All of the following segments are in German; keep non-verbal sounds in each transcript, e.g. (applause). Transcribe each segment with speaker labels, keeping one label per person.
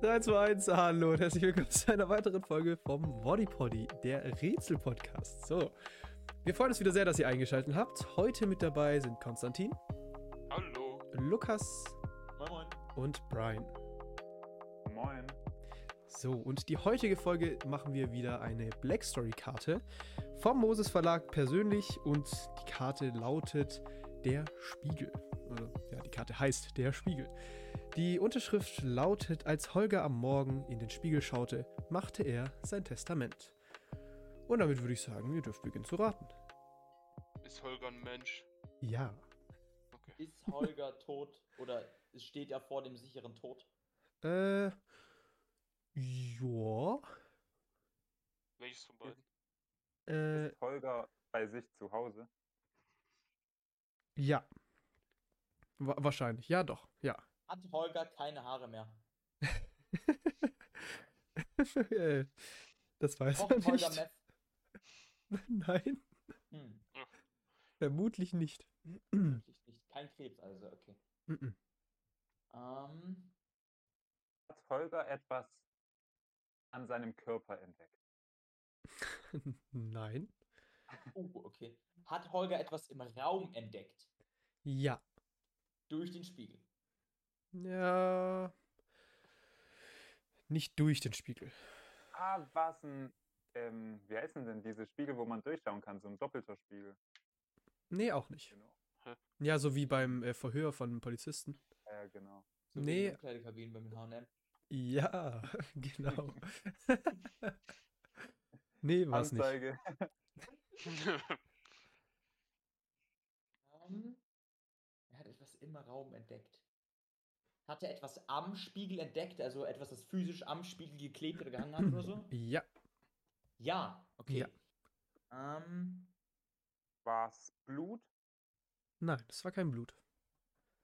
Speaker 1: 3, 2, 1, hallo und herzlich willkommen zu einer weiteren Folge vom Bodypoddy, der Rätsel-Podcast. So, wir freuen uns wieder sehr, dass ihr eingeschaltet habt. Heute mit dabei sind Konstantin,
Speaker 2: Hallo.
Speaker 1: Lukas
Speaker 2: Moin, moin.
Speaker 1: und Brian.
Speaker 3: Moin.
Speaker 1: So, und die heutige Folge machen wir wieder eine Black Story-Karte vom Moses Verlag persönlich und die Karte lautet Der Spiegel. Also, ja, die Karte heißt Der Spiegel. Die Unterschrift lautet, als Holger am Morgen in den Spiegel schaute, machte er sein Testament. Und damit würde ich sagen, ihr dürft beginnen zu raten.
Speaker 2: Ist Holger ein Mensch?
Speaker 1: Ja.
Speaker 4: Ist Holger (laughs) tot oder es steht er vor dem sicheren Tod?
Speaker 1: Äh. Joa.
Speaker 2: Welches von
Speaker 1: (laughs)
Speaker 2: beiden? (laughs)
Speaker 1: Äh,
Speaker 3: Ist Holger bei sich zu Hause?
Speaker 1: ja. Wa wahrscheinlich. Ja, doch. Ja.
Speaker 4: Hat Holger keine Haare mehr?
Speaker 1: (laughs) Äh, das weiß
Speaker 4: Kocht
Speaker 1: er
Speaker 4: Holger
Speaker 1: nicht. (laughs)
Speaker 4: Meth?
Speaker 1: Nein,
Speaker 4: Hm,
Speaker 1: vermutlich nicht. (clears throat) Hm.
Speaker 4: wirklich nicht. Kein Krebs, also okay.
Speaker 1: Mhm.
Speaker 4: Ähm,
Speaker 3: Hat Holger etwas an seinem Körper entdeckt?
Speaker 1: Nein.
Speaker 4: uh, okay. Hat Holger etwas im Raum entdeckt?
Speaker 1: Ja.
Speaker 4: Durch den Spiegel.
Speaker 1: Ja. Nicht durch den Spiegel.
Speaker 3: Ah, was ein. Ähm, wie heißen denn diese Spiegel, wo man durchschauen kann? So ein doppelter Spiegel.
Speaker 1: Nee, auch nicht.
Speaker 3: Genau.
Speaker 1: Ja, so wie beim äh, Verhör von einem Polizisten.
Speaker 3: Ja, genau.
Speaker 4: So wie in
Speaker 1: Nee.
Speaker 4: den Umkleidekabinen beim H&M.
Speaker 1: Ja, (laughs) genau. nee, war's nicht.
Speaker 3: Anzeige. (laughs)
Speaker 4: Ähm, er hat etwas im Raum entdeckt. Hat er etwas am Spiegel entdeckt? Also etwas, das physisch am Spiegel geklebt oder gehangen hat oder so?
Speaker 1: Ja,
Speaker 4: Ja, okay.
Speaker 1: Ja.
Speaker 4: Ähm,
Speaker 3: War's Blut?
Speaker 1: nein, das war kein Blut.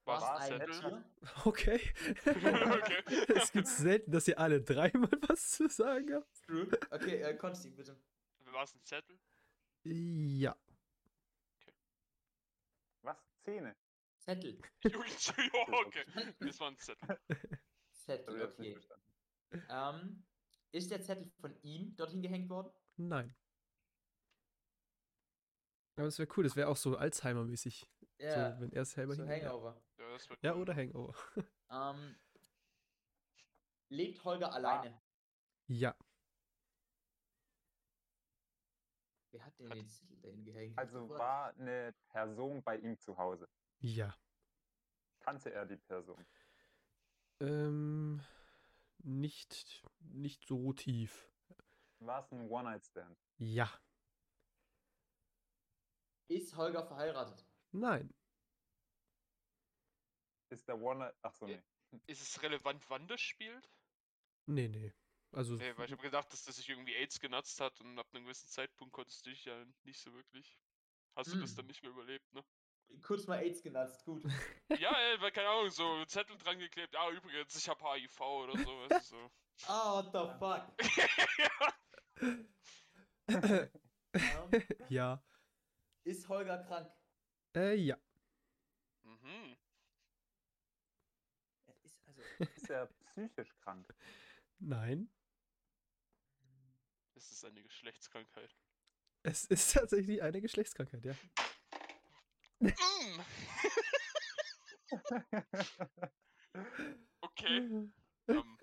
Speaker 2: War's
Speaker 4: war
Speaker 3: War's
Speaker 4: es
Speaker 3: ein
Speaker 4: ein
Speaker 3: Zettel?
Speaker 4: Tier?
Speaker 1: Okay. (laughs)
Speaker 2: (laughs)
Speaker 1: es gibt selten, dass ihr alle dreimal was zu sagen habt.
Speaker 4: True. Okay, äh, Konsti, bitte.
Speaker 2: War es ein Zettel? (laughs)
Speaker 1: Ja.
Speaker 3: Was Zähne?
Speaker 4: Zettel.
Speaker 2: ja, okay. Das war ein Zettel.
Speaker 3: Das hab
Speaker 4: Zettel,
Speaker 3: ich jetzt nicht
Speaker 4: okay.
Speaker 3: verstanden.
Speaker 4: Ähm, ist der Zettel von ihm dorthin gehängt worden?
Speaker 1: Nein. Aber das wäre cool, das wäre auch so Alzheimer-mäßig. So, wenn er es selber
Speaker 4: so
Speaker 1: hin- ja.
Speaker 4: Hangover.
Speaker 2: Ja, das wird
Speaker 1: ja,
Speaker 2: cool.
Speaker 1: oder Hangover.
Speaker 4: Ähm, lebt Holger alleine?
Speaker 1: Ja.
Speaker 4: Wer hat denn
Speaker 2: Hat-
Speaker 4: den Zettel dahin gehängt?
Speaker 3: Also
Speaker 4: What?
Speaker 3: war eine Person bei ihm zu Hause.
Speaker 1: Ja.
Speaker 3: Kannte er die Person?
Speaker 1: Ähm, nicht, nicht so tief.
Speaker 3: War's ein One-Night-Stand?
Speaker 1: Ja.
Speaker 4: Ist Holger verheiratet?
Speaker 1: Nein.
Speaker 3: Ist der One-Night. Achso, nee.
Speaker 2: Ist es relevant, wann das spielt?
Speaker 1: Nee, nee. Also, (laughs)
Speaker 2: Nee, weil ich habe gedacht, dass das sich irgendwie AIDS genatzt hat und ab einem gewissen Zeitpunkt konntest du dich ja nicht so wirklich. Hast du das
Speaker 4: Hm.
Speaker 2: dann nicht mehr überlebt, ne?
Speaker 4: Kurz mal AIDS genannt, gut.
Speaker 2: Ja, ey, weil keine Ahnung, so Zettel dran geklebt. Ah, übrigens, ich habe HIV oder so, weißt du, so.
Speaker 4: Ah, what the fuck? ähm,
Speaker 1: ja.
Speaker 4: ist Holger krank?
Speaker 1: Äh, ja.
Speaker 2: Mhm.
Speaker 4: Es ist also.
Speaker 3: Ist er psychisch krank?
Speaker 1: Nein.
Speaker 2: Ist es eine Geschlechtskrankheit?
Speaker 1: Es ist tatsächlich eine Geschlechtskrankheit, ja.
Speaker 2: Mm.
Speaker 1: (laughs)
Speaker 2: Okay. Ähm,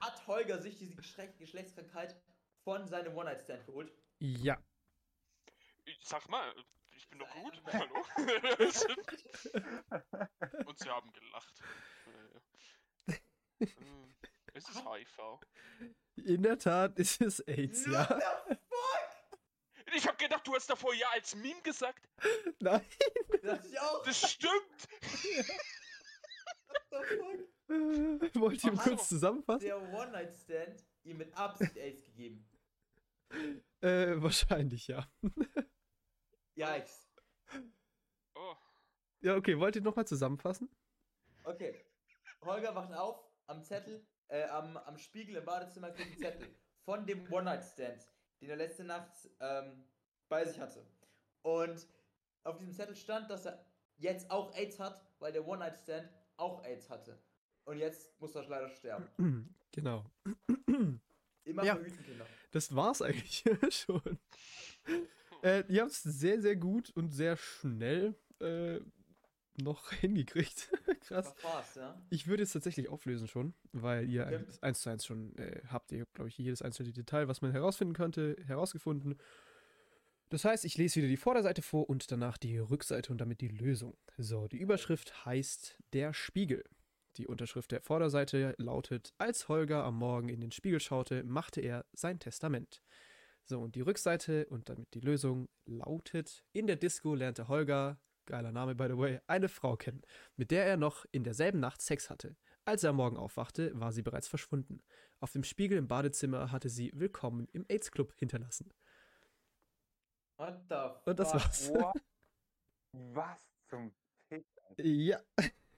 Speaker 4: Hat Holger sich diese Geschre- Geschlechtskrankheit von seinem One-Night-Stand geholt?
Speaker 1: Ja.
Speaker 2: ich sag mal, ich bin doch (laughs) gut.
Speaker 4: Sei
Speaker 2: Hallo. Und sie haben gelacht. Äh, ähm, Es ist HIV.
Speaker 1: In der Tat ist es AIDS, ja.
Speaker 4: What
Speaker 2: Ich hab gedacht, du hast davor ja als Meme gesagt.
Speaker 1: Nein.
Speaker 4: the fuck? Das ist auch.
Speaker 2: Das stimmt.
Speaker 4: What the fuck?
Speaker 1: Äh, (laughs) Wollt ihr
Speaker 2: Ach so.
Speaker 1: kurz zusammenfassen?
Speaker 4: Der One-Night-Stand ihm mit Absicht Ace gegeben.
Speaker 1: Äh, wahrscheinlich, ja.
Speaker 4: Ja, ich.
Speaker 2: Oh,
Speaker 1: Ja, okay, wollt ihr nochmal zusammenfassen?
Speaker 4: Okay. Holger wacht auf am Zettel, äh, am, am Spiegel im Badezimmer kriegt einen Zettel von dem One-Night-Stand, den er letzte Nacht ähm, bei sich hatte. Und auf diesem Zettel stand, dass er jetzt auch AIDS hat, weil der One-Night-Stand auch AIDS hatte. Und jetzt muss er leider sterben.
Speaker 1: Genau.
Speaker 4: Immer
Speaker 1: Ja.
Speaker 4: verhüten, Kinder.
Speaker 1: Das war's eigentlich (laughs) schon. Äh, ihr habt es sehr, sehr gut und sehr schnell äh, noch hingekriegt. (laughs) Krass.
Speaker 4: Das war's, ja.
Speaker 1: Ich würde jetzt tatsächlich auflösen schon, weil ihr
Speaker 4: Okay.
Speaker 1: ein- das 1 zu 1 schon äh, habt. Ihr habt, glaube ich, jedes einzelne Detail, was man herausfinden könnte, herausgefunden. Das heißt, ich lese wieder die Vorderseite vor und danach die Rückseite und damit die Lösung. So, die Überschrift heißt Der Spiegel. Die Unterschrift der Vorderseite lautet, als Holger am Morgen in den Spiegel schaute, machte er sein Testament. So, und die Rückseite und damit die Lösung lautet, in der Disco lernte Holger, geiler Name by the way, eine Frau kennen mit der er noch in derselben Nacht Sex hatte. Als er am Morgen aufwachte, war sie bereits verschwunden. Auf dem Spiegel im Badezimmer hatte sie Willkommen im AIDS-Club hinterlassen.
Speaker 4: What the
Speaker 1: Und das
Speaker 4: fuck?
Speaker 1: war's.
Speaker 3: What? Was zum (laughs) Fick?
Speaker 1: (laughs) Ja,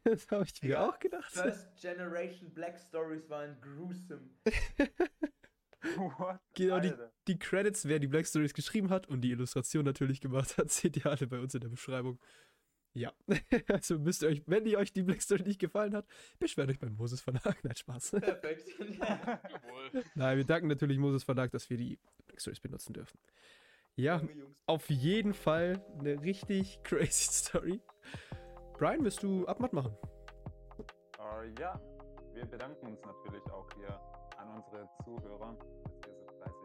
Speaker 1: das habe ich mir
Speaker 4: Digga,
Speaker 1: auch gedacht.
Speaker 4: First Generation Black Stories waren gruesome.
Speaker 3: What?
Speaker 1: Genau, die,
Speaker 3: Alter.
Speaker 1: die Credits, wer die Black Stories geschrieben hat und die Illustration natürlich gemacht hat, (laughs) seht ihr alle bei uns in der Beschreibung. Ja, (laughs) also müsst ihr euch, wenn ihr euch die Black Story nicht gefallen hat, beschwert euch beim Moses Verlag. (laughs) Nein, Spaß. (laughs)
Speaker 4: Perfekt. (laughs)
Speaker 2: Jawohl.
Speaker 1: Nein, wir danken natürlich Moses Verlag, dass wir die Black Stories benutzen dürfen. Ja,
Speaker 4: Junge Jungs.
Speaker 1: auf jeden Fall eine richtig (laughs) crazy Story. Brian, wirst du Abmatt machen?
Speaker 3: Äh, ja, wir bedanken uns natürlich auch hier an unsere Zuhörer, dass ihr so fleißig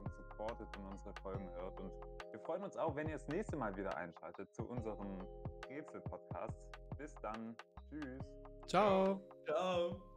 Speaker 3: uns supportet und unsere Folgen hört. Und wir freuen uns auch, wenn ihr das nächste Mal wieder einschaltet zu unserem Rätsel-Podcast. Bis dann. Tschüss.
Speaker 1: Ciao.
Speaker 4: Ciao.